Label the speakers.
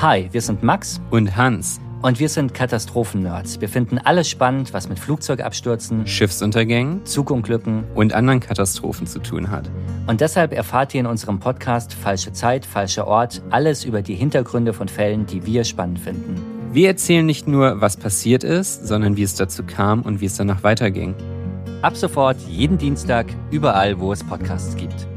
Speaker 1: Hi, wir sind Max
Speaker 2: und Hans.
Speaker 1: und wir sind Katastrophen-Nerds. Wir finden alles spannend, was mit Flugzeugabstürzen,
Speaker 2: Schiffsuntergängen
Speaker 1: Zugunglücken
Speaker 2: und anderen Katastrophen zu tun hat.
Speaker 1: und deshalb erfahrt ihr in unserem Podcast Falsche Zeit, falscher Ort alles über die Hintergründe von Fällen, die wir spannend finden.
Speaker 2: Wir erzählen nicht nur, was passiert ist, sondern wie es dazu kam und wie es danach weiterging.
Speaker 1: Ab sofort jeden Dienstag überall, wo es Podcasts gibt.